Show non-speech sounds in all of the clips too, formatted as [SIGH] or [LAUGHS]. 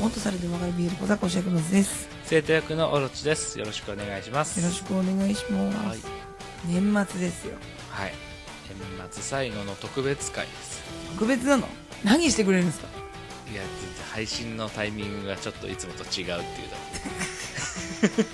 オンとされて曲がるビール小坂おしゃくまずです生徒役のオロチですよろしくお願いしますよろしくお願いします、はい、年末ですよはい、年末最後の特別会です特別なの何してくれるんですかいや全然配信のタイミングがちょっといつもと違うっていうだ [LAUGHS] け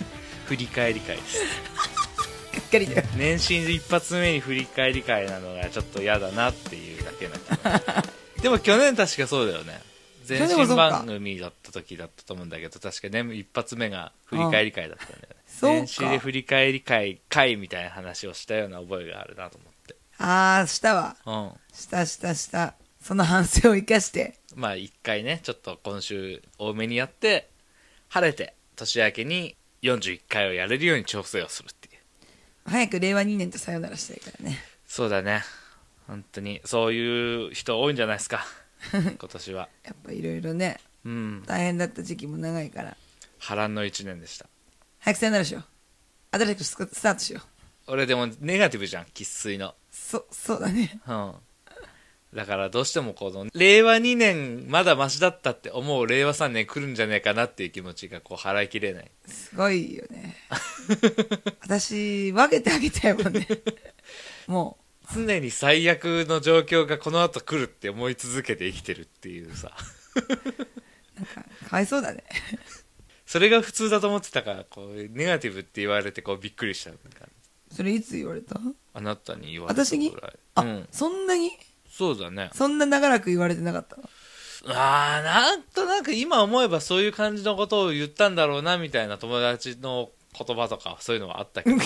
振り返り会ですがっかりだよ年始一発目に振り返り会なのがちょっと嫌だなっていうだけな [LAUGHS] 気でも去年確かそうだよね前去年もそ身うか番組だった時だったと思うんだけど確か年一発目が振り返り会だったんだよねそうか年始で振り返り会会みたいな話をしたような覚えがあるなと思ってああしたわうんしたしたしたその反省を生かしてまあ一回ね、ちょっと今週多めにやって、晴れて年明けに41回をやれるように調整をするっていう。早く令和2年とさよならしたいからねそうだね。本当に、そういう人多いんじゃない [LAUGHS] ですか。今年は。やっぱいろいろねうん。大変だった時期も長いから波乱の1年でした。早くさよならしよう新しくススタートしよう俺でもネガティブじゃん、生粋の。そそうだねうん。だからどうしてもこの、令和2年まだマシだったって思う令和3年来るんじゃねえかなっていう気持ちがこう払いきれない。すごいよ [LAUGHS] ね私分けてあげたいもんねも常に最悪の状況がこの後来るって思い続けて生きてるっていうさうなんかかわいそうだねそれが普通だと思ってたからこうネガティブって言われてこうびっくりしたなんかそれいつ言われたあなたに言われた私にぐらいあ、うんそんなにそうだねそんな長らく言われてなかったのあーなんとなく今思えばそういう感じのことを言ったんだろうなみたいな友達の言葉とかそういうのはあったけど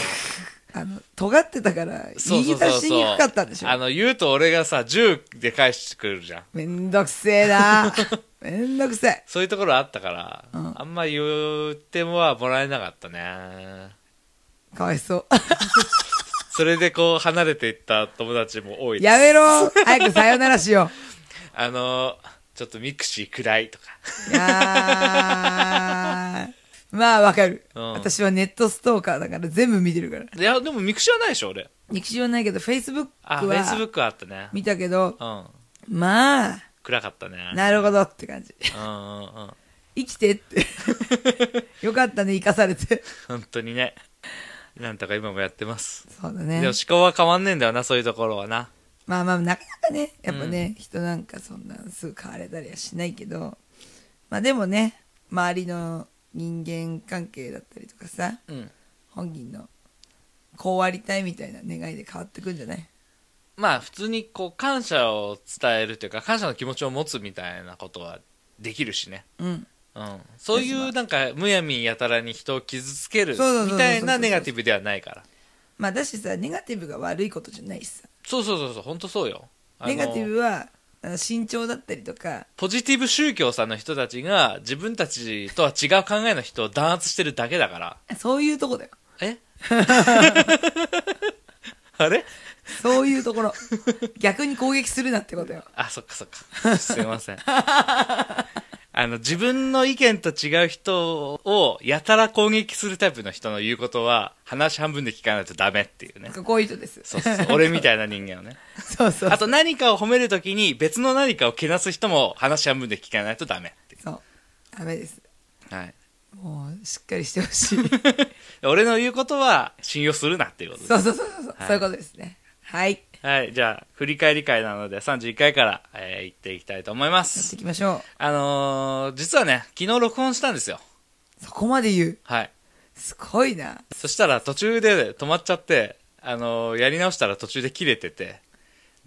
あの尖ってたからそ [LAUGHS] う言そうい出そうそうしにくかったんでしょあの言うと俺がさ10で返してくるじゃんめんどくせえ [LAUGHS] なめんどくせえそういうところあったから、うんあんま言ってはもらえなかったねかわいそうそれでこう離れていった友達も多いですやめろ早くさよならしよあのーちょっとミクシー暗いとか。ういやーまあわかる、うん私はネットストーカーだから全部見てるから [LAUGHS] いや、でもミクシーはないでしょ、俺。歴史はないけどフェイスブッあ、クフェイスブッはクはあったね。見たけどうん。まあ暗かったね。なるほどって感じうんうんうん。生きてって [LAUGHS] よかったね生かされて本当にね。なんとか今もやってます。そうだでねも思考は変わんねえんだよな、そういうところはな。まあまあなかなかねやっぱね、人なんかそんなすぐ変われたりはしないけどまあでもね周りの人間関係だったりとかさうん。本人のこうありたいみたいな願いで変わってくんじゃないまあ、普通にこう、感謝を伝えるというか、感謝の気持ちを持つみたいなことはできるしね。うんうん。そういう、なんか、むやみやたらに人を傷つけるそうそうそうそうみたいなネガティブではないから。まあだしさネガティブが悪いことじゃないしさそうそうそうそう、本当そうよ。あのネガティブはあの慎重だったりとかポジティブ宗教さんの人たちが自分たちとは違う考えの人を弾圧してるだけだから。そういうとこだよえ [LAUGHS] あれそういうとこ [LAUGHS] ろ逆に攻撃するなってことよあ、そっかそっか。すいま [LAUGHS] せん。あの、自分の意見と違う人をやたら攻撃するタイプの人の言うことは話半分で聞かないとダメっていうね。こういう人ですそうそうそう。俺みたいな人間をね。 [LAUGHS] そうそうあと何かを褒めるときに別の何かをけなす人も話半分で聞かないとダメっていそうダメですう。はい。もうしっかりしてほしい俺の言うことは信用するなっていうことですそうそうそうそう、はいそういうことですねはいやはい、じゃあ、振り返り会なので31回から、えー行っていきたいと思いっまてすい。きましょあのー実はね、昨日録音したんですよ。うそこまで言うはい。すごいなそしたら途中で止まっちゃって、あのーやり直したら途中で切れてて、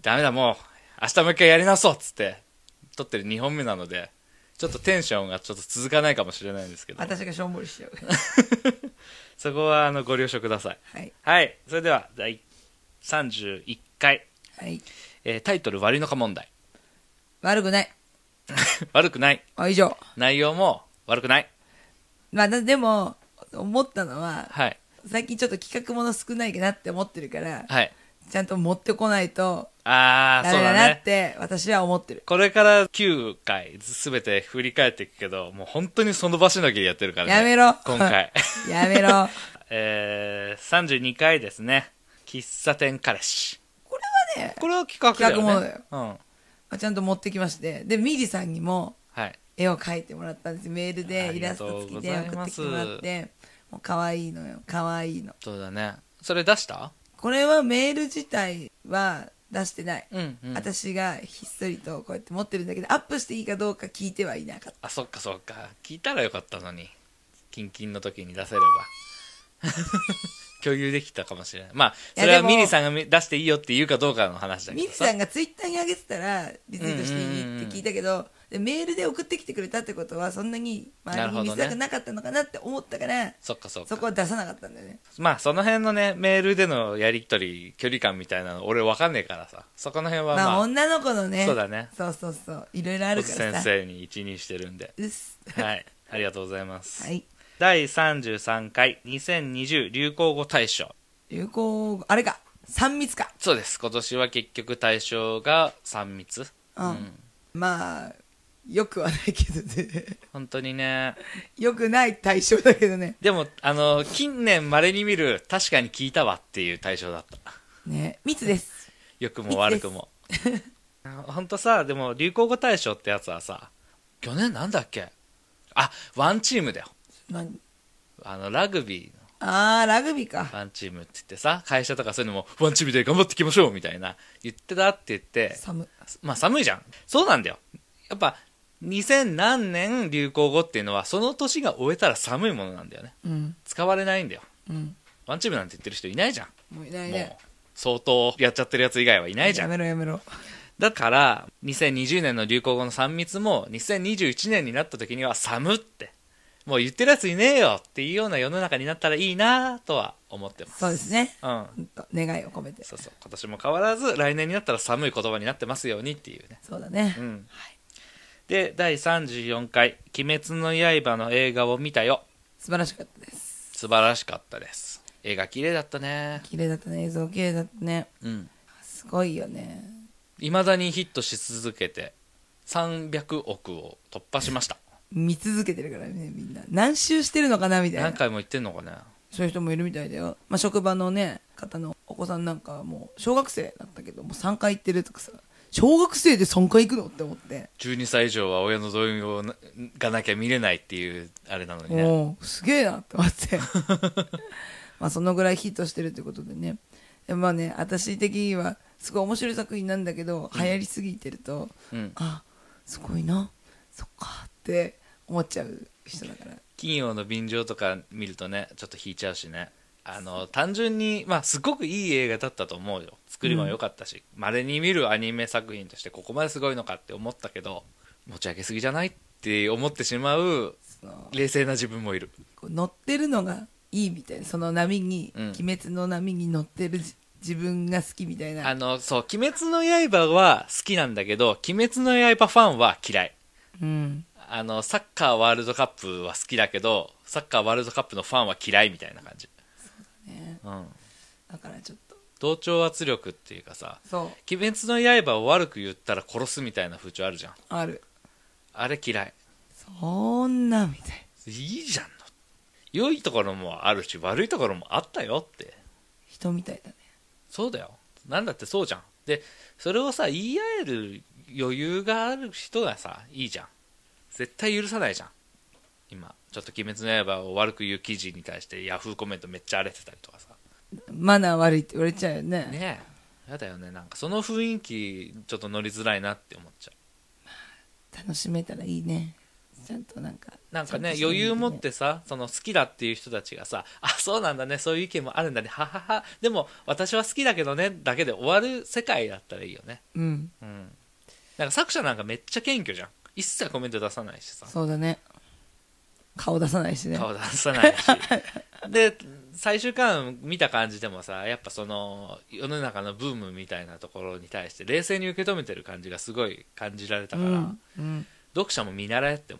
ダメだもう、明日もう一回やり直そうっつって、撮ってる2本目なので、ちょっとテンションがちょっと続かないかもしれないんですけど、私がしょんぼりしちゃう [LAUGHS] そこはあのご了承ください。はいはい、それでは第31回、はいえータイトル割りのか問題。 [LAUGHS] 悪くない悪くない。あ以上内容も悪くない。まあだでも思ったのははい。最近ちょっと企画もの少ないなって思ってるからはい。ちゃんと持ってこないとああ、ダそメうだだなっね。て私は思ってるこれから9回すべて振り返っていくけど、もう本当にその場しのぎでやってるからね。やめろ今回。 [LAUGHS] やめろ [LAUGHS] えー、32回ですね。喫茶店彼氏。これはねこれは企画だよね。企画ものだようん。まあちゃんと持ってきましてでミリさんにもはい。絵を描いてもらったんですメールあでイりラがスとうト付ごきざでい送っまてすきてもらってもう可愛いのよ可愛いのそうだねそれ出したこれはメール自体は出してない、うん、うん、私がひっそりとこうやって持ってるんだけどアップしていいかどうか聞いてはいなかったあそっかそっか聞いたらよかったのにキンキンの時に出せれば [LAUGHS] 共有できたかもしれないまあいやそれはでもミリさんがみ出していいよって言うかどうかの話だけミどリさんがツイッターに上げてたらリツイートしていいって聞いたけど、でメールで送ってきてくれたってことはそんなに周りに見せたくなかったのかなって思ったから、そっかそっかそこは出さなかったんだよねまあその辺のねメールでのやり取り距離感みたいなの俺分かんねえからさそこの辺はままあ、あ、女の子のねそうだねそうそうそういろいろあるボかスら先さ生に一任してるんでうっすはいありがとうございます、はい第33回2020流行語大賞流行語あれか3密かそうです今年は結局大賞が3密うん、まあよくはないけどね本当にねよくない対象だけどねでもあの近年まれに見る確かに聞いたわっていう対象だったね密です良くも悪くも [LAUGHS] 本当さでも流行語大賞ってやつはさ去年なんだっけあワンチームだよ何あのラグビーのあーラグビーかワンチームって言ってさ会社とかそういうのもワンチームで頑張っていきましょうみたいな言ってたって言って寒まあ寒いじゃんそうなんだよやっぱ2000何年流行語っていうのはその年が終えたら寒いものなんだよねうん使われないんだようんワンチームなんて言ってる人いないじゃんもういないもねう相当やっちゃってるやつ以外はいないじゃやんめろやめろだから2020年の流行語の3密も2021年になった時には寒ってもう言ってるやついねえよっていうような世の中になったらいいなとは思ってますそうですねうんほんと願いを込めてそうそう今年も変わらず来年になったら寒い言葉になってますようにっていうねそうだね、うんはい、で第34回「鬼滅の刃」の映画を見たよ素晴らしかったです素晴らしかったです映画綺麗だったね綺麗だったね映像綺麗だったねうんすごいよねいまだにヒットし続けて300億を突破しました見続けてるからねみんな何周してるのかなみたいな何回も言ってんのかねそういう人もいるみたいだよ、まあ、職場のね方のお子さんなんかはもう小学生だったけどもう3回行ってるとかさ小学生で3回行くのって思って、 12歳以上は親の同意をながなきゃ見れないっていうあれなのにねもうすげえなって思って [LAUGHS] まあそのぐらいヒットしてるってことでねでもまあね私的にはすごい面白い作品なんだけど、流行りすぎてると、うんあすごいなそっかって思っちゃう人だから金曜の便乗とか見るとねちょっと引いちゃうしねあの単純にまあすごくいい映画だったと思うよ作りも良かったしまれ、稀に見るアニメ作品としてここまですごいのかって思ったけど持ち上げすぎじゃないって思ってしまうその冷静な自分もいるこう乗ってるのがいいみたいなその波に、うん鬼滅の波に乗ってるじ自分が好きみたいなあのそう「鬼滅の刃」は好きなんだけど「鬼滅の刃」ファンは嫌いうんあのサッカーワールドカップは好きだけどサッカーワールドカップのファンは嫌いみたいな感じ、ねうん、だからちょっと同調圧力っていうかさそう「鬼滅の刃」を悪く言ったら殺すみたいな風潮あるじゃんあるあれ嫌いそんなみたいないいじゃんの良いところもあるし悪いところもあったよって人みたいだねそうだよなんだってそうじゃんでそれをさ言い合える余裕がある人がさいいじゃん絶対許さないじゃん今ちょっと「鬼滅の刃」を悪く言う記事に対してヤフーコメントめっちゃ荒れてたりとかさマナー悪いって言われちゃうよねねえやだよねなんかその雰囲気ちょっと乗りづらいなって思っちゃ楽しめたらいいねちゃんとなんかうなんかねちゃと余裕持っしてさその好きだっていう人たちがさあそうなんだねそういう意見もあるんだねはははでも私は好きだけどねだけで終わる世界だったらいいよねみたいなうんうんなんか作者なんかめっちゃ謙虚じゃん一切コメント出さないしさそうだね顔出さないしね顔出さな [LAUGHS] いしで最終巻見た感じでもさやっぱその世の中のブームみたいなところに対して冷静に受け止めてる感じがすごい感じられたから、うんうん読者も見習えっても、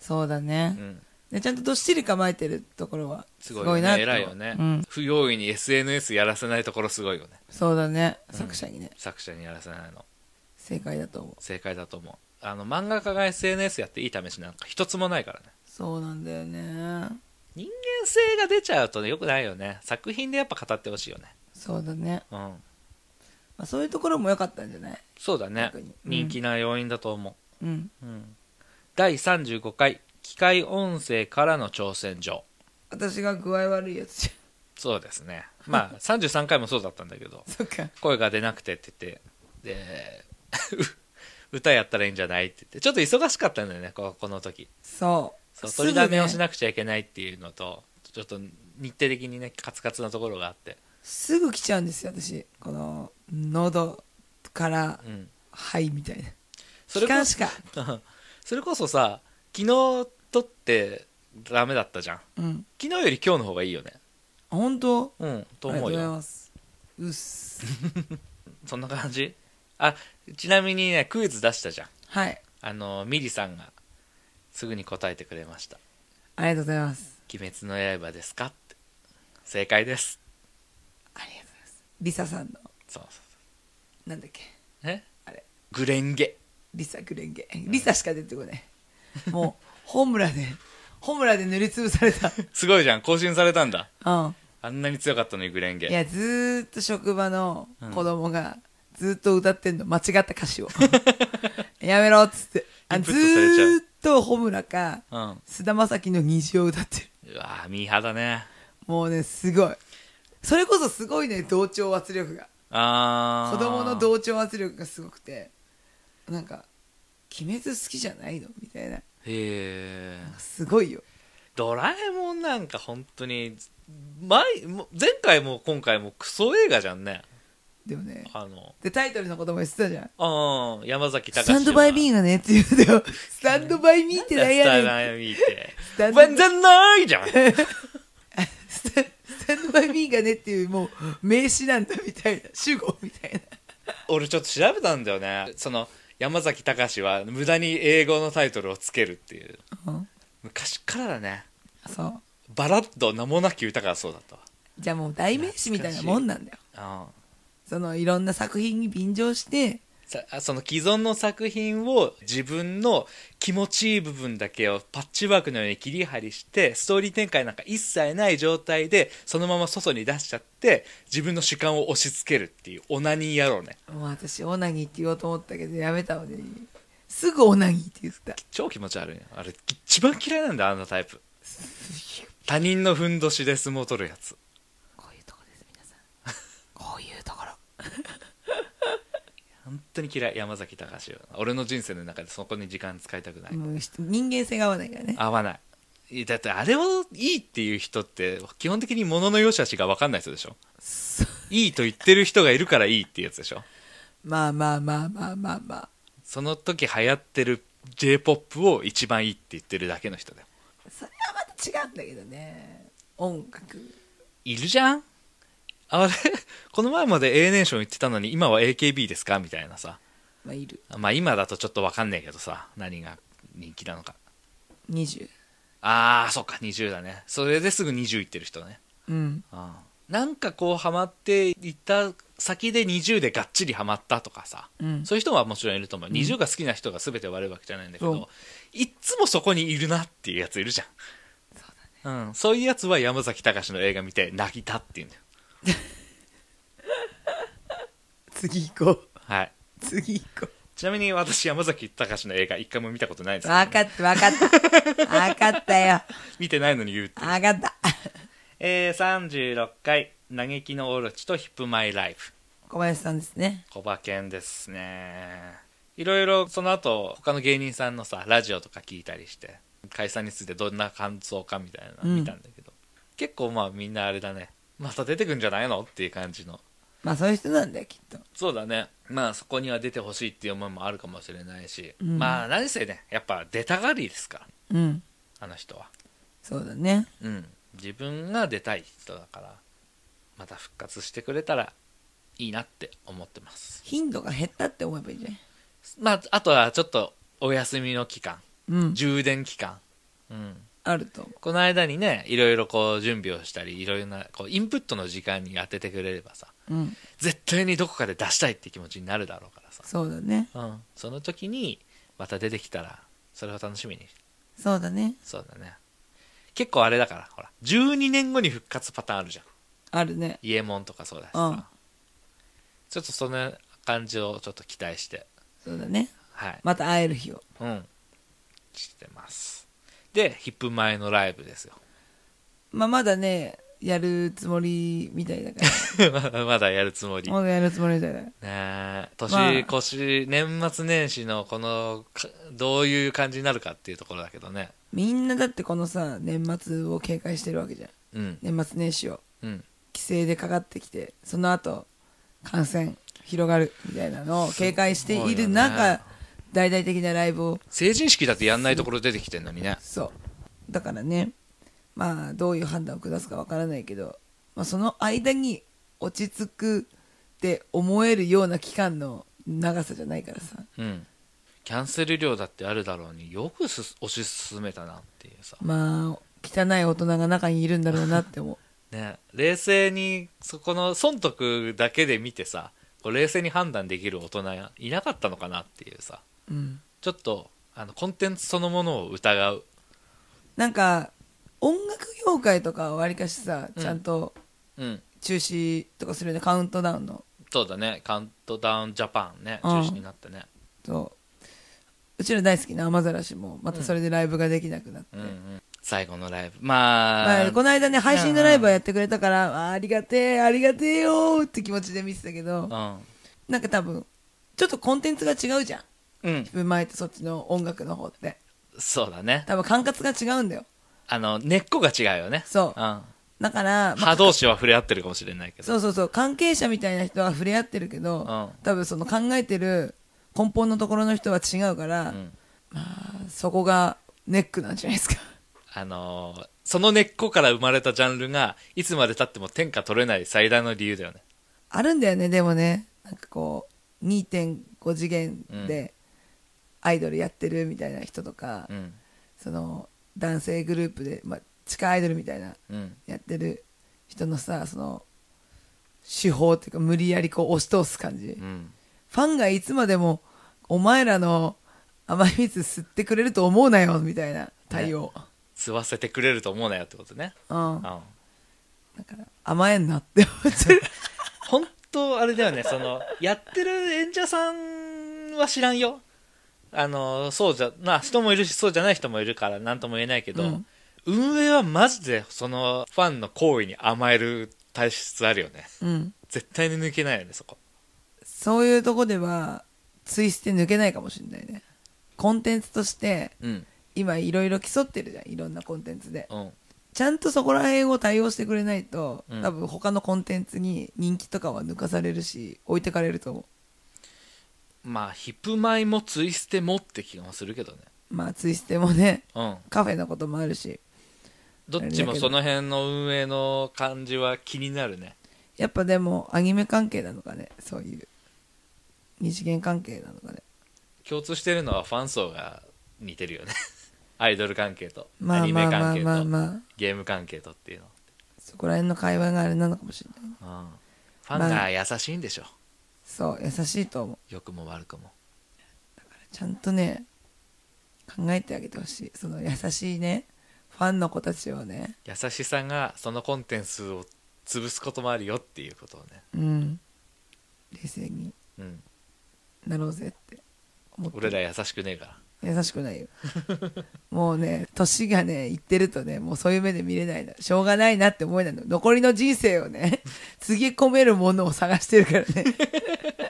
そうだねう、ん、でちゃんとどっしり構えてるところはすすごいごいよなっねて思う偉いよね、うん、不用意に SNS やらせないところすごいよねそうだね作者にね、作者にやらせないの正解だと思う正解だと思うあの漫画家が SNS やっていい試しなんか一つもないからねそうなんだよね人間性が出ちゃうとねよくないよね作品でやっぱ語ってほしいよねそうだね、うんまあ、そういうところも良かったんじゃないそうだね逆にうん人気な要因だと思うんう、うん第35回機械音声からの挑戦状私が具合悪いやつじそうですねま [LAUGHS] あ33回もそうだったんだけどゃん [LAUGHS] そっか声が出なくてって言ってで [LAUGHS] 歌やったらいいんじゃないって言ってちょっと忙しかったんだよねここの時そうそう取りだめをしくなくちゃいけないっていうのと、ちょっと日程的にねカツカツなところがあってすぐ来ちゃうんですよ私この喉からうん肺みたいなそれ気こ管そ支か [LAUGHS] それこそさ昨日撮ってダメだったじゃんうん昨日より今日の方がいいよねあ本当うんとありがと思ううございよますうっすそんな感じあちなみにねクイズ出したじゃんはいあのミリさんがすぐに答えてくれましたありがとうございます「鬼滅の刃ですか?」って正解ですありがとうございますリサさんのそうそうそなんだっけうねあれグレンゲリサクレンゲリサしか出てこないも [LAUGHS] う本村で本村で塗りつぶされたすごいじゃん更新されたんだうんあんなに強かったのにグレンいゲやずーっと職場の子供がずーっと歌ってんの間違った歌詞を [LAUGHS] やめろっつってあインプずットされちゃうーっと本村かうん菅田将暉の虹を歌ってるうわーミーハーだねもうねすごいそれこそすごいね同調圧力があー子供の同調圧力がすごくてなんか「鬼滅好きじゃないの?」みたいなへえすごいよドラえもんなんか本当に前も前回も今回もクソ映画じゃんねでもねあのでタイトルのことも言ってたじゃんうん山「崎隆スタンドバイミーーがね」って言うんだ [LAUGHS] よ「スタンドバイミーってなんスタやねんンドバイミーってスタンド全然ないじゃん」スタスタンドバイミーがね」っていうもう名詞なんだみたいな主語みたいな俺ちょっと調べたんだよねその山崎隆は無駄に英語のタイトルをつけるっていううん昔からだねそうバラッと名もなき歌からそうだったじゃあもう代名詞みたいなもんなんだよわうんそのいろんな作品に便乗してさあその既存の作品を自分の気持ちいい部分だけをパッチワークのように切り張りしてストーリー展開なんか一切ない状態でそのまま外に出しちゃって自分の主観を押し付けるっていうオナニー野郎ねもう私オナギって言おうと思ったけどやめたのですぐオナギって言ってた超気持ち悪いねあれ一番嫌いなんだよあんなタイプ他人のふんどしで相撲取るやつこういうとこです皆さん [LAUGHS] こういうところ本当に嫌い山崎隆は俺の人生の中でそこに時間使いたくない、もう人人間性が合わないからね合わないいやだってあれをいいっていう人って基本的に物の良し悪しが分かんない人でしょそいいと言ってる人がいるからいいっていうやつでしょまあまあまあまあまあまあその時流行ってる j p o p を一番いいって言ってるだけの人だよそれはまた違うんだけどね音楽いるじゃんあれ [LAUGHS] この前まで A 年賞言ってたのに今は AKB ですかみたいなさまあいるまあ今だとちょっと分かんないけどさ何が人気なのか20ああそっか20だねそれですぐ20いってる人ねうんああなんかこうハマっていった先で20でがっちりハマったとかさ、うんそういう人はもちろんいると思う、20が好きな人が全て悪いわけじゃないんだけそうどいっつもそこにいるなっていうやついるじゃんそうそう,、ん、そういうやつは山崎隆の映画見て泣いたって言うんだよ次行こうはい次行こちなみに私山崎隆の映画一回も見たことないんでうすけどね、分かった分かった分かったよ見てないのに言うっていう分かったえー、36回「嘆きのオロチとヒップマイライフ」小林さんですね小馬券ですねいろいろその後他の芸人さんのさラジオとか聞いたりして解散についてどんな感想かみたいなうんの見たんだけど、結構まあみんなあれだねまた出てくんじゃないのっていう感じのまあそういう人なんだよきっとそうだねまあそこには出てほしいっていう思いもあるかもしれないし、うんまあ何せねやっぱ出たがりですからうんあの人はそうだねうん自分が出たい人だからまた復活してくれたらいいなって思ってます頻度が減ったって思えばいいじゃんまああとはちょっとお休みの期間うん充電期間、うん、あると思うこの間にねいろいろこう準備をしたりいろいろなこうインプットの時間に当ててくれればさうん絶対にどこかで出したいって気持ちになるだろうからさ、そうだねうん、その時にまた出てきたらそれを楽しみにそうだねそうだね結構あれだからほら12年後に復活パターンあるじゃんあるね伊右衛門とかそうだしさ、うんちょっとその感じをちょっと期待してそうだねはいまた会える日をうんしてます。で、ヒップ前のライブですよ。まあ、まだね、やるつもりみたいだかまだ [LAUGHS] まだやるつもり。ら。[LAUGHS] ねまだやるつもりみたいだ。えまあ年越し、年末年始のこのか、どういう感じになるかっていうところだけどね。みんなだってこのさ、年末を警戒してるわけじゃん。うん。年末年始を。うん。規制でかかってきて、その後、感染広がるみたいなのを警戒しているすごいよ中ね、大々的なライブを成人式だってやんないところ出てきてんのにね。そうだからねまあどういう判断を下すかわからないけど、まあ、その間に落ち着くって思えるような期間の長さじゃないからさうん。キャンセル料だってあるだろうによくす推し進めたなっていうさ。まあ汚い大人が中にいるんだろうなって思うね、冷静にそこの損得だけで見てさこう冷静に判断できる大人がいなかったのかなっていうさうんちょっとあのコンテンツそのものを疑うなんか音楽業界とかはわりかしさうんちゃんとうん中止とかするよね、カウントダウンのそうだねカウントダウンジャパンね中うん止になってねとうちら大好きな雨ざらしもまたそれでライブができなくなって、うんうん最後のライブままあ、あ、この間ね、配信のライブはやってくれたから、あーありがてえ、ありがてえよーって気持ちで見てたけど、なんか多分、ちょっとコンテンツが違うじゃん。うん、うん、分前とそっちの音楽の方って。そうだね多分管轄が違うんだよ。あの根っこが違うよね、そうんだ [LAUGHS] から、まあ歯同士は触れ合ってるかもしれないけどそうそうそう、関係者みたいな人は触れ合ってるけど、うん多分その考えてる根本のところの人は違うから、んそこがネックなんじゃないですか。あのーその根っこから生まれたジャンルがいつまでたっても天下取れない最大の理由だよねあるんだよねでもねなんかこう2.5次元でアイドルやってるみたいな人とか、うんその男性グループで、まあ、地下アイドルみたいなうんやってる人のさその手法っていうか無理やりこう押し通す感じ、うフんァンがいつまでもお前らの甘い蜜吸ってくれると思うなよみたいな対応、吸わせてくれると思うなよってことね。うんうん。だから甘えんなって思って [LAUGHS] る本当あれだよね、その、やってる演者さんは知らんよ。あの、そうじゃ、まあ人もいるし、そうじゃない人もいるから、なんとも言えないけど、うん運営はマジで、その、ファンの行為に甘える体質あるよね。うん絶対に抜けないよね、そこ。そういうとこでは、ツイステ抜けないかもしれないね。コンテンツとして、うん。今いろいろ競ってるじゃん。いろんなコンテンツで。うん。ちゃんとそこら辺を対応してくれないと、うん多分他のコンテンツに人気とかは抜かされるし、置いてかれると思まあ、ヒップマイもツイステもって気がするけどね。う。まあ、ツイステもね、うん。カフェのこともあるし、どっちもその辺の運営の感じは気になるね。やっぱでもアニメ関係なのかね、そういう。二次元関係なのかね。共通してるのはファン層が似てるよね [LAUGHS] アイドル関係とまアあニメまあま関あ係まあとまあ、ゲーム関係とっていうの、そこら辺の会話があれなのかもしれないね。うん、ファンが優しいんでしょそう、優しいと思う。良くも悪くもちゃんとね考えてあげてほしいその優しいねファンの子たちをね優しさがそのコンテンツを潰すこともあるよっていうことをね、うん冷静にうん、なろうぜって思って俺ら優しくねえから優しくないよ [LAUGHS] もうね年がねいってるとねもうそういう目で見れないなしょうがないなって思いなの残りの人生を [LAUGHS] ねつぎ込めるものを探してるからね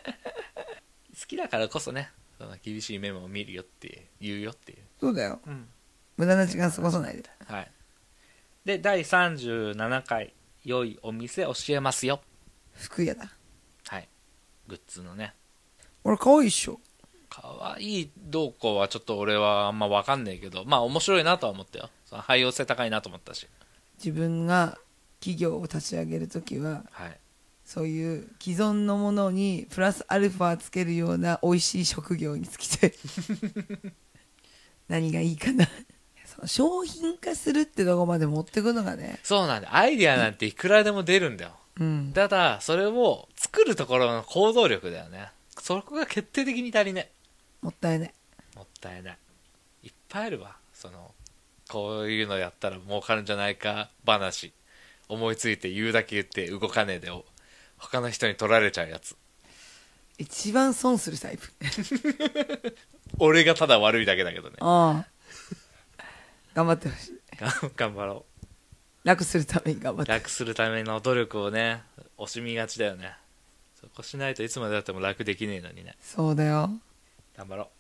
[LAUGHS] 好きだからこそねその厳しい目も見るよっていうよっていう、そうだようん、無駄な時間過ごさないではいで第37回「良いお店教えますよ服屋だ」はいグッズのね俺可愛いっしょ可愛いどうこうはちょっと俺はあんま分かんないけどまあ面白いなとは思ったよその汎用性高いなと思ったし自分が企業を立ち上げるときははいそういう既存のものにプラスアルファつけるような美味しい職業に就きたい [LAUGHS] 何がいいかなその商品化するってとこまで持ってくのがねそうなんだアイディアなんていくらでも出るんだようんただそれを作るところの行動力だよねそこが決定的に足りねもったいないえもったいないいっぱいあるわそのこういうのやったら儲かるんじゃないか話思いついて言うだけ言って動かねえでお他の人に取られちゃうやつ一番損するタイプ俺がただ悪いだけだけどね [LAUGHS] ああ [LAUGHS] 頑張ってほしい。頑張ろ楽するために頑張っうて。楽するための努力をね惜しみがちだよねそこしないといつまでだっても楽できねえのにねそうだよ。頑張ろ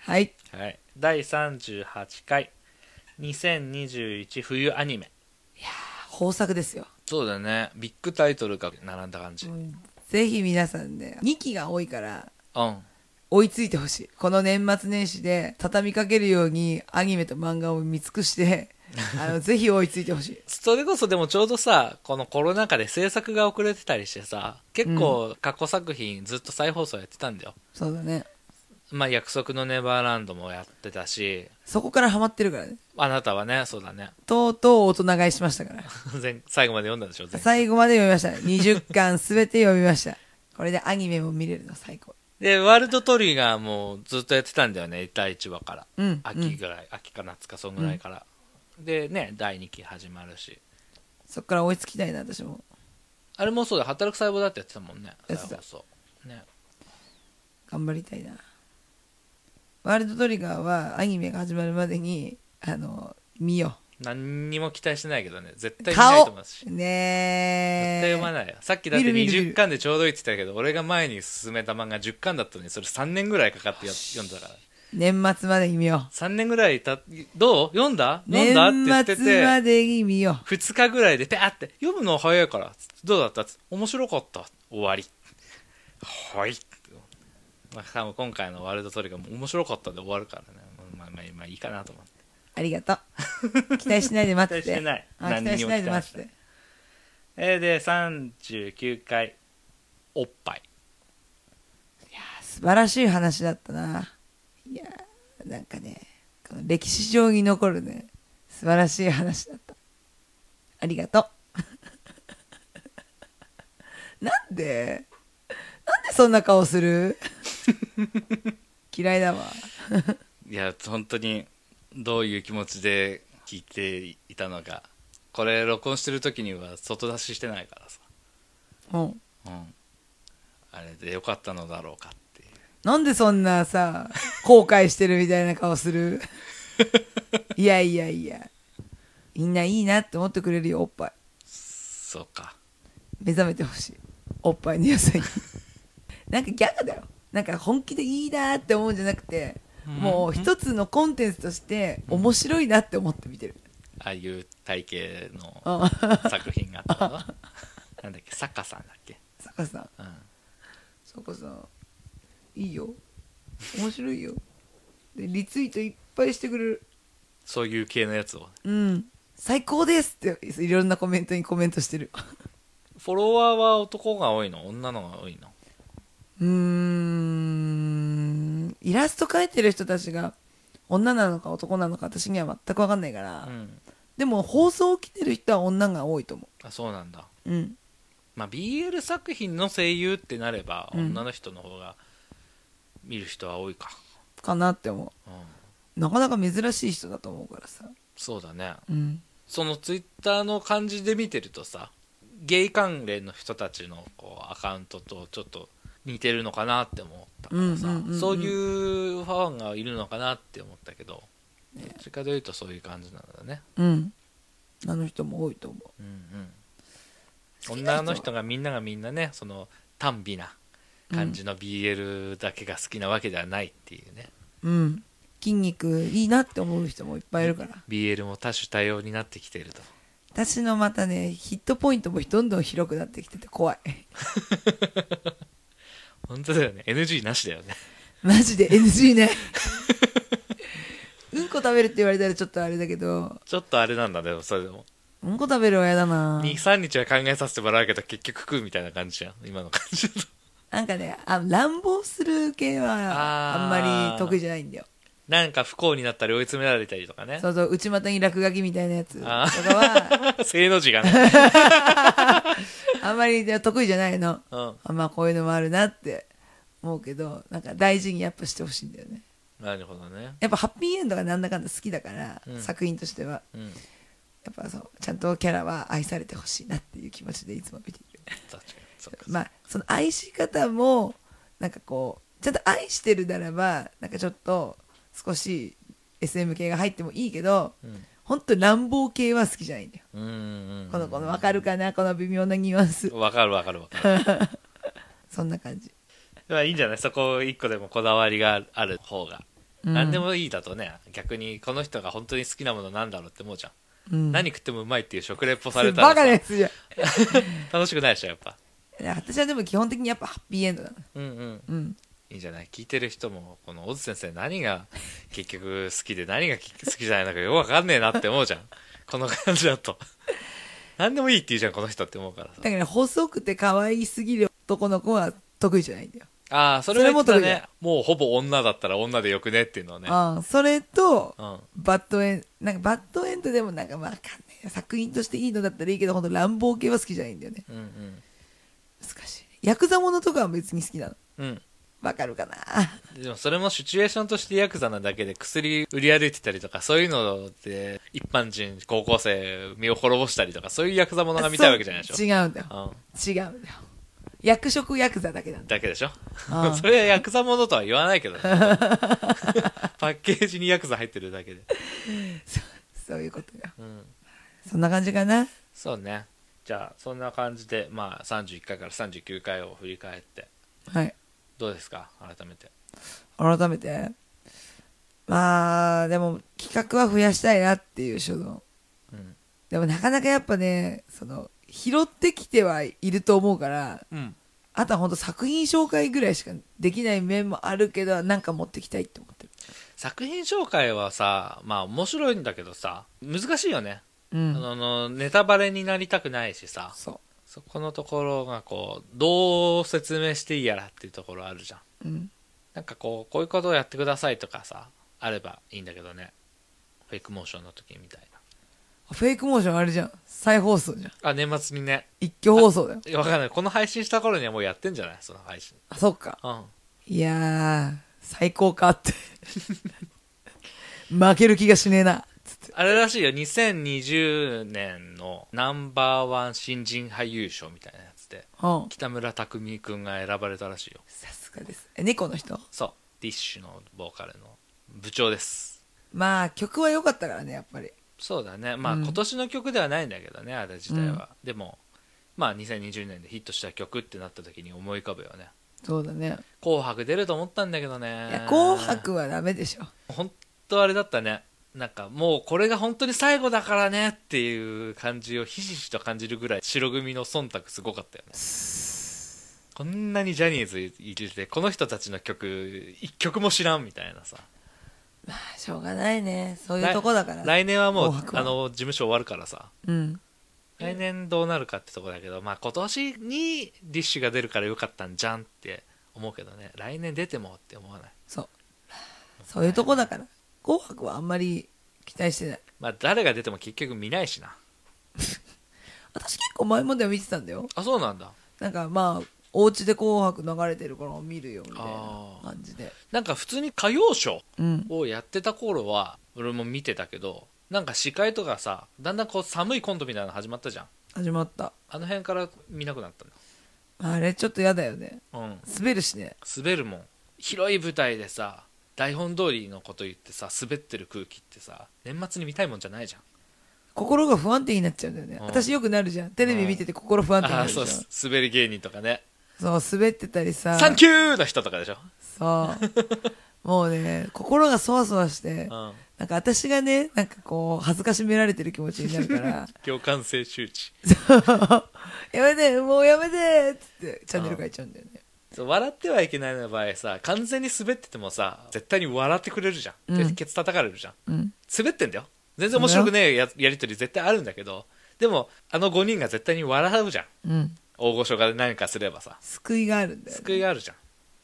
はい。うはい第38回2021冬アニメ豊作ですよ。そうだねビッグタイトルが並んだ感じうんぜひ皆さんね、2期が多いから、うん追いついてほしい。この年末年始で畳みかけるようにアニメと漫画を見尽くして、あ [LAUGHS] の、ぜひ追いついてほしい。それこそでもちょうどさこのコロナ禍で制作が遅れてたりしてさ結構過去作品ずっと再放送やってたんだよ、そうだね。まあ約束のネバーランドもやってたしそこからハマってるからね。あなたはねそうだね [LAUGHS] とうとう大人買いしましたから。前最後まで読んだでしょ前最後まで読みました。20巻すべて読みました。これでアニメも見れるの最高。でワールドトリガーもずっとやってたんだよね第1話から、うん秋ぐらい、秋か夏かそんぐらいから、でね第2期始まるしそこから追いつきたいな、私も。あれもそうだ働く細胞だってやってたもんねやってた再放送ね頑張りたいな。ワールドトリガーはアニメが始まるまでに、あの、見よ何にも期待してないけどね絶う。対見ないと顔思いますし絶対ね読まえ。ないよさっきだって見る見る見る20巻でちょうどいいって言ったけど俺が前に進めた漫画10巻だったのにそれ3年ぐらいかかってや読んだから年末までに見よ3年ぐらいたどう読んだう。読んだって言年って末まてでに見よう。 2日ぐらいでペアって読むの早いからどうだったつって面白かった終わりはいまあ多分今回のワールドトリガーも面白かったで終わるからねまあまあまあいいかなと思ってありがと [LAUGHS] う。期待しないで待ってて。期待してないあ期何待にしもないで待って期て。えーで39回おっぱい素晴らしい話だったな。いやー、なんかね、この歴史上に残るね、素晴らしい話だった。ありがとう。 [LAUGHS] なんでなんでそんな顔す [LAUGHS] る嫌いだわ。いや本当にどういう気持ちで聞いていたのかこれ録音してる時には外出ししてないからさ、うん。うん、あれでよかったのだろうかっていうなんでそんなさ、後悔してるみたいな顔す [LAUGHS] るいやいやいや。みんないいなって思ってくれるよ、おっぱい。そうか目覚めてほしいおっぱいの良 [LAUGHS] さになんかギャグだよなんか本気でいいなーって思うんじゃなくて、もう一つのコンテンツとして面白いなって思って見てる、ああいう体型のあ [LAUGHS] 作品があったのなんだっけサッカーさんだっけ、坂さんうん、坂さんいいよ面白いよでリツイートいっぱいしてくれるそういう系のやつをうん最高ですっていろんなコメントにコメントしてる [LAUGHS] フォロワーは男が多いの女のが多いのうーんイラスト描いてる人たちが女なのか男なのか私には全く分かんないから、うんでも放送を来てる人は女が多いと思あそうなんだう。うん。まあ BL 作品の声優ってなればうん女の人の方が見る人は多いか、かなって思うんう。なかなか珍しい人だと思うからさ。そうだねうん。そのツイッターの感じで見てるとさゲイ関連の人たちのこうアカウントとちょっと似てるのかなって思ったからさ、うんうんうんうんそういうファンがいるのかなって思ったけど、どっちかというとそういう感じなんだね、うん。あの人も多いと思うんう。うん、女の人が。がみんながみんなねその短美な感じの BL だけが好きなわけではないっていうね、うん。筋肉いいなって思う人もいっぱいいるから。 BL も多種多様になってきてると私のまたね、ヒットポイントもどんどん広くなってきてて怖い。本当だよね NG なしだよねマジで NG [LAUGHS] ね。うんこ食べるって言われたらちょっとあれだけど、ちょっとあれなんだねでもそれでもうんこ食べるは嫌だな。 23日は考えさせてもらうけど結局食うみたいな感じじゃん今の感じだとなんかね、あ乱暴する系はあーあんまり得意じゃないんだよ。 [LAUGHS] なんか不幸になったり追い詰められたりとかねそうそう、内股に落書きみたいなやつとかあは、正の字がね、あんまり得意じゃないの。うんあまあ、こういうのもあるなって思うけど、なんか大事にやっぱしてほしいんだよね。なるほどねやっぱハッピーエンドがなんだかんだ好きだから、うん作品としては。うんやっぱそう、ちゃんとキャラは愛されてほしいなっていう気持ちでいつも見ている。確かにそっかまあ、その愛し方も、なんかこう、ちゃんと愛してるならば、なんかちょっと、少し SM 系が入ってもいいけど、うんほんと乱暴系は好きじゃないんだよ。うんうんこの子のわかるかなこの微妙なニュアンス。わかるわかるわかるそんな感じ。まあいいんじゃないそこ一個でもこだわりがある方が、うん何でもいいだとね逆にこの人が本当に好きなものなんだろうって思うじゃん、うん。何食ってもうまいっていう食レポされたバらさカなやつじゃん。 [LAUGHS] 楽しくないでしょやっぱ私はでも基本的にやっぱハッピーエンドなの。うんうんうん。いいんじゃない聞いてる人もこの小津先生何が [LAUGHS] 結局好きで何がき好きじゃないのかよくわかんねえなって思うじゃん [LAUGHS] この感じだと [LAUGHS] 何でもいいって言うじゃんこの人って思うからさだから細くて可愛すぎる男の子は得意じゃないんだよ。ああそれは言ってたそれもねもうほぼ女だったら女でよくねっていうのはねああそれと、うんバッドエンなんかバッドエンドでもなんかわかんない作品としていいのだったらいいけど本当乱暴系は好きじゃないんだよねうんうん難しいヤクザものとかは別に好きなのうんわかるかなでもそれもシチュエーションとしてヤクザなだけで薬売り歩いてたりとかそういうので一般人高校生身を滅ぼしたりとかそういうヤクザものが見たいわけじゃないでしょそう違うんだようん違うんだよ役職ヤクザだけなんだだけでしょああ [LAUGHS] それはヤクザものとは言わない [LAUGHS] けどねパッケージにヤクザ入ってるだけで、そういうことようん、そんな感じかなそうねじゃあそんな感じで、まあ、31回から39回を振り返ってはいどうですか改めて改めてまあでも企画は増やしたいなっていう所存うんでもなかなかやっぱねその拾ってきてはいると思うからうんあとは本当作品紹介ぐらいしかできない面もあるけどなんか持ってきたいって思ってる作品紹介はさまあ面白いんだけどさ難しいよね、うあのあのネタバレになりたくないしさそそこのところがこうどう説明していいやらっていうところあるじゃんううんなんかこうこういうことをやってくださいとかさあればいいんだけどねフェイクモーションの時みたいフェイクモーションあれじゃん再放送じゃんなあ年末にね一挙放送だよいやわかんないこの配信した頃にはもうやってんじゃないその配信あそっかうんいやー最高かって [LAUGHS] 負ける気がしねえなつってあれらしいよ2020年のナンバーワン新人俳優賞みたいなやつでうん北村匠海くんが選ばれたらしいよさすがですえ猫の人そうディッシュのボーカルの部長ですまあ曲は良かったからねやっぱりそうだねまあ、うん今年の曲ではないんだけどねあれ自体は、でもまあ2020年でヒットした曲ってなった時に思い浮かぶよねそうだね「紅白」出ると思ったんだけどねいや紅白はダメでしょ本当あれだったねなんかもうこれが本当に最後だからねっていう感じをひしひしと感じるぐらい白組の忖度すごかったよねこんなにジャニーズいててこの人たちの曲一曲も知らんみたいなさまあしょうがないねそういうとこだから来年はもう紅白はあの事務所終わるからさうん来年どうなるかってとこだけど、まあ、今年にディッシュが出るからよかったんじゃんって思うけどね来年出てもって思わないそう。そういうとこだから。紅白はあんまり期待してない。まあ誰が出ても結局見ないしな私結構前までは見てたんだよ。あそうなんだなんかまあ、お家で紅白流れてるから見るよみたいな感じで。なんか普通に歌謡ショーうん。をやってた頃は俺も見てたけどなんか司会とかさだんだんこう寒いコントみたいなの始まったじゃん始まった。あの辺から見なくなったんあれちょっと嫌だよね。だうん滑るしね。滑るもん広い舞台でさ台本通りのこと言ってさ滑ってる空気ってさ年末に見たいもんじゃないじゃん心が不安定になっちゃうんだよね。うん私よくなるじゃん。テレビ見てて心不安定にあなあるじそゃ。うんす滑り芸人とかねそう、滑ってたり「さ。サンキュー!」の人とかでしょ、そう。もうね、心がそわそわしてう、ん、なんか私がね、なんかこう、恥ずかしめられてる気持ちになる [LAUGHS] から。共感性周知やめてもうやめてっつってチャンネル変えちゃうんだよねそう笑ってはいけないの場合さ完全に滑っててもさ絶対に笑ってくれるじゃん、うんケツ叩かれるじゃんうん滑ってんだよ全然面白くねえややりとり絶対あるんだけどでもあの5人が絶対に笑うじゃんうん大御所が何かすればさ救いがあるんだよ、ね、救いがあるじゃん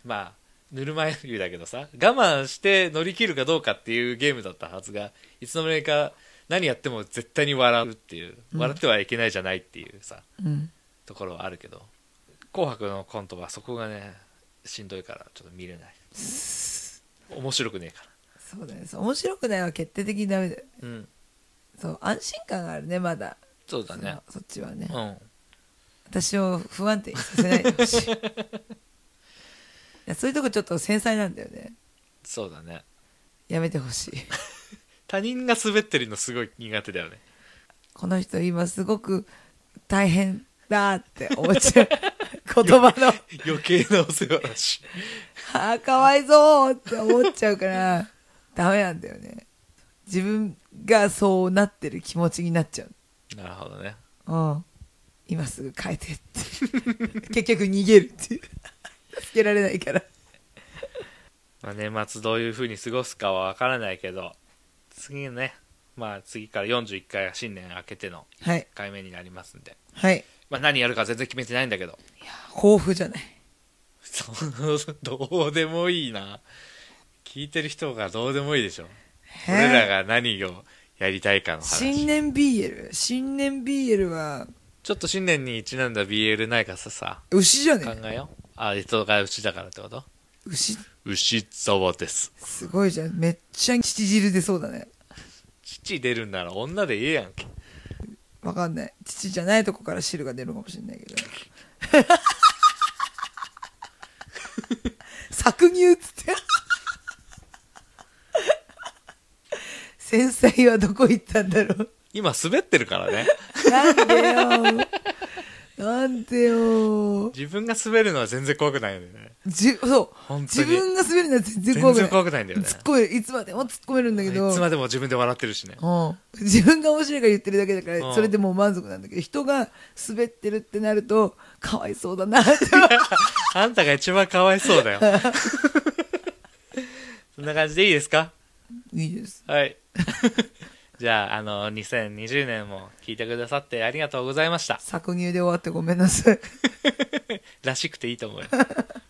まあぬるま湯だけどさ我慢して乗り切るかどうかっていうゲームだったはずがいつの間にか何やっても絶対に笑うっていう笑ってはいけないじゃないっていうさ、うんところはあるけど「紅白」のコントはそこがねしんどいからちょっと見れない面白くねえからそうだねそう面白くないは決定的にダメだよねうんそう安心感があるねまだそうだねそのそっちはね、うん私を不安定にさせないでほしい [LAUGHS] いやそういうとこちょっと繊細なんだよねそうだねやめてほしい他人が滑ってるのすごい苦手だよ [LAUGHS] ね。この人今すごく大変だって思っち [LAUGHS] ゃう言葉の余計なお世話だし。あーかわいそうって思っちゃうからダメなんだよね自分がそうなってる気持ちになっちゃうなるほどね。うん今すぐ変えてって [LAUGHS] 結局逃げるっていう [LAUGHS] 助けられないからまあ、年末どういう風に過ごすかはわからないけど、次ね、まあ次から41回が新年明けてのはい1回目になりますんで。はいまあ何やるか全然決めてないんだけど。豊富じゃないそう [LAUGHS] どうでもいいな。聞いてる人がどうでもいいでしょ。へー俺らが何をやりたいかの新話。年 BL 新年 BL はちょっと新年にちなんだ BL ないかささ、牛じゃ考ねえよう。あ、人が牛だからってこと牛牛沢です。すごいじゃんめっちゃ乳汁出そうだね父出るんなら女でええやんけ。わかんない乳じゃないとこから汁が出るかもしれないけど [LAUGHS] 搾乳っつって繊細はどこ行ったんだろう今滑ってるから [LAUGHS] ね。なんでよなんでよ自分が滑るのは全然怖くないよね。じそう本当自に分が滑るのは全然怖全くな然い怖くないんだよね。突っ込めるいつまでも突っ込めるんだけどいつまでも自分で笑ってるしね。うん、自分が面白いから言ってるだけだから、うんそれでもう満足なんだけど人が滑ってるってなるとかわいそうだな [LAUGHS] ってあんたが一番かわいそう [LAUGHS] だよ。そんな感じでいいですかいいです [LAUGHS] はい。じゃあ、あの、2020年も聞いてくださってありがとうございました。搾乳で終わってごめんなさいらしくていいと思 [LAUGHS] います。じゃあ、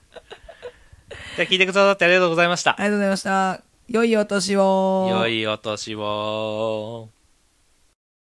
聞いてくださってありがとうございましたあ。りがとうございました良いお年を良いお年を。